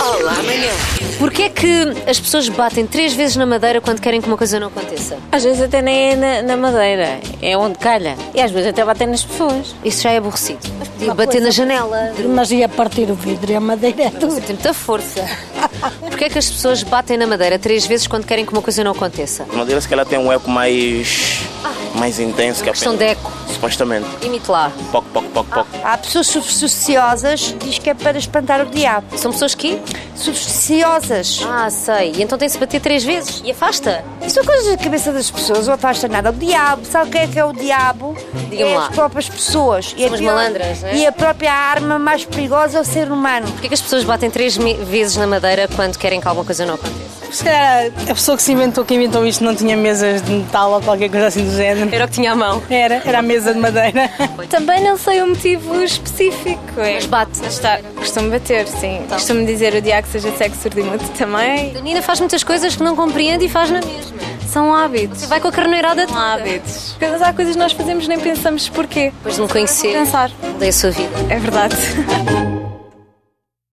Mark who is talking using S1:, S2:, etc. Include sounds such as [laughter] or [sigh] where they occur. S1: Olá, amanhã.
S2: Porquê é que as pessoas batem três vezes na madeira quando querem que uma coisa não aconteça?
S3: Às vezes até nem é na, na madeira, é onde calha. E às vezes até batem nas pessoas.
S2: Isso já é aborrecido. Mas podia bater na janela.
S4: Mas ia partir o vidro e a madeira é tudo.
S2: Você tem muita força. [laughs] Porquê é que as pessoas batem na madeira três vezes quando querem que uma coisa não aconteça?
S5: A madeira se calhar tem um eco mais. mais intenso que a
S2: Ah, é. Questão de
S5: pedra.
S2: eco.
S5: Supostamente.
S2: Imite lá.
S5: Poc, poc, poc, poc.
S6: Há pessoas supersticiosas que diz que é para espantar o diabo.
S2: São pessoas que?
S6: Supersticiosas.
S2: Ah, sei. E então tem que se bater três vezes e afasta.
S6: Isso é coisa da cabeça das pessoas, ou afasta nada. O diabo, sabe o que é que é o diabo?
S2: Digam
S6: é
S2: lá.
S6: as próprias pessoas. E
S2: São
S6: a
S2: as malandras, né?
S6: E a própria arma mais perigosa é o ser humano.
S2: Porquê é que as pessoas batem três me- vezes na madeira quando querem que alguma coisa não aconteça?
S7: Se calhar a pessoa que se inventou, que inventou isto, não tinha mesas de metal ou qualquer coisa assim do género.
S2: Era o que tinha à mão.
S7: Era, era a mesa de madeira.
S3: Também não sei o motivo específico. É.
S2: Mas bate.
S3: Está, costumo bater, sim. Costumo dizer o diabo que seja sexo surdimudo também.
S2: A Nina faz muitas coisas que não compreende e faz na mesma.
S3: São hábitos.
S2: Você vai com a carneirada de
S3: São hábitos. Coisas- Há coisas que nós fazemos e nem pensamos porquê.
S2: Depois de me conhecer,
S3: Pensar.
S2: mudei a sua vida.
S3: É verdade.